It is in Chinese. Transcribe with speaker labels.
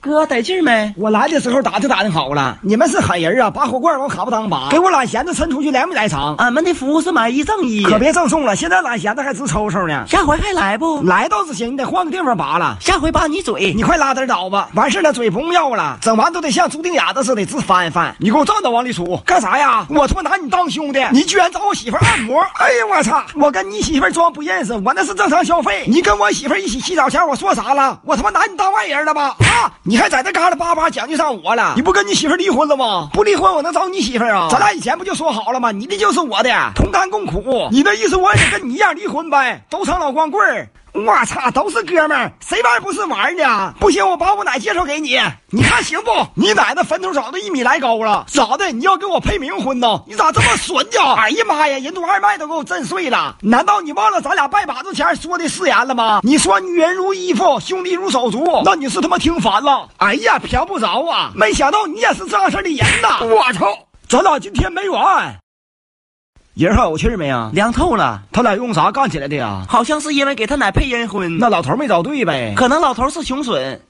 Speaker 1: 哥得劲儿没？
Speaker 2: 我来的时候打听打听好了，你们是狠人啊！拔火罐往卡不当拔，给我懒闲子抻出去两米来长，
Speaker 1: 俺们的服务是买一赠一，
Speaker 2: 可别赠送了。现在懒闲子还直抽抽呢，
Speaker 1: 下回还来不？
Speaker 2: 来倒是行，你得换个地方拔了。
Speaker 1: 下回扒你嘴，
Speaker 2: 你快拉点倒吧，完事儿了嘴不用要了，整完都得像猪腚哑子似的直翻翻。你给我站着往里杵，干啥呀？我他妈拿你当兄弟，你居然找我媳妇儿按摩！哎呀，我操！我跟你媳妇儿装不认识，我那是正常消费。你跟我媳妇儿一起洗澡前，我说啥了？我他妈拿你当外人了吧？啊！你还在这嘎啦巴巴讲究上我了？你不跟你媳妇儿离婚了吗？不离婚我能找你媳妇儿啊？咱俩以前不就说好了吗？你的就是我的，同甘共苦。你那意思我也得跟你一样离婚呗？都成老光棍儿。我操，都是哥们儿，谁玩不是玩呢？不行，我把我奶介绍给你，你看行不？你奶那坟头长得一米来高了，咋的？你要跟我配冥婚呢？你咋这么损呢？哎呀妈呀，人都二麦都给我震碎了！难道你忘了咱俩拜把子前说的誓言了吗？你说女人如衣服，兄弟如手足，那你是他妈听烦了？哎呀，嫖不着啊！没想到你也是这样式儿的人呐！我操，咱俩今天没完。人还有气儿没啊？
Speaker 1: 凉透了。
Speaker 2: 他俩用啥干起来的呀？
Speaker 1: 好像是因为给他奶配阴婚，
Speaker 2: 那老头儿没找对呗？
Speaker 1: 可能老头是穷损。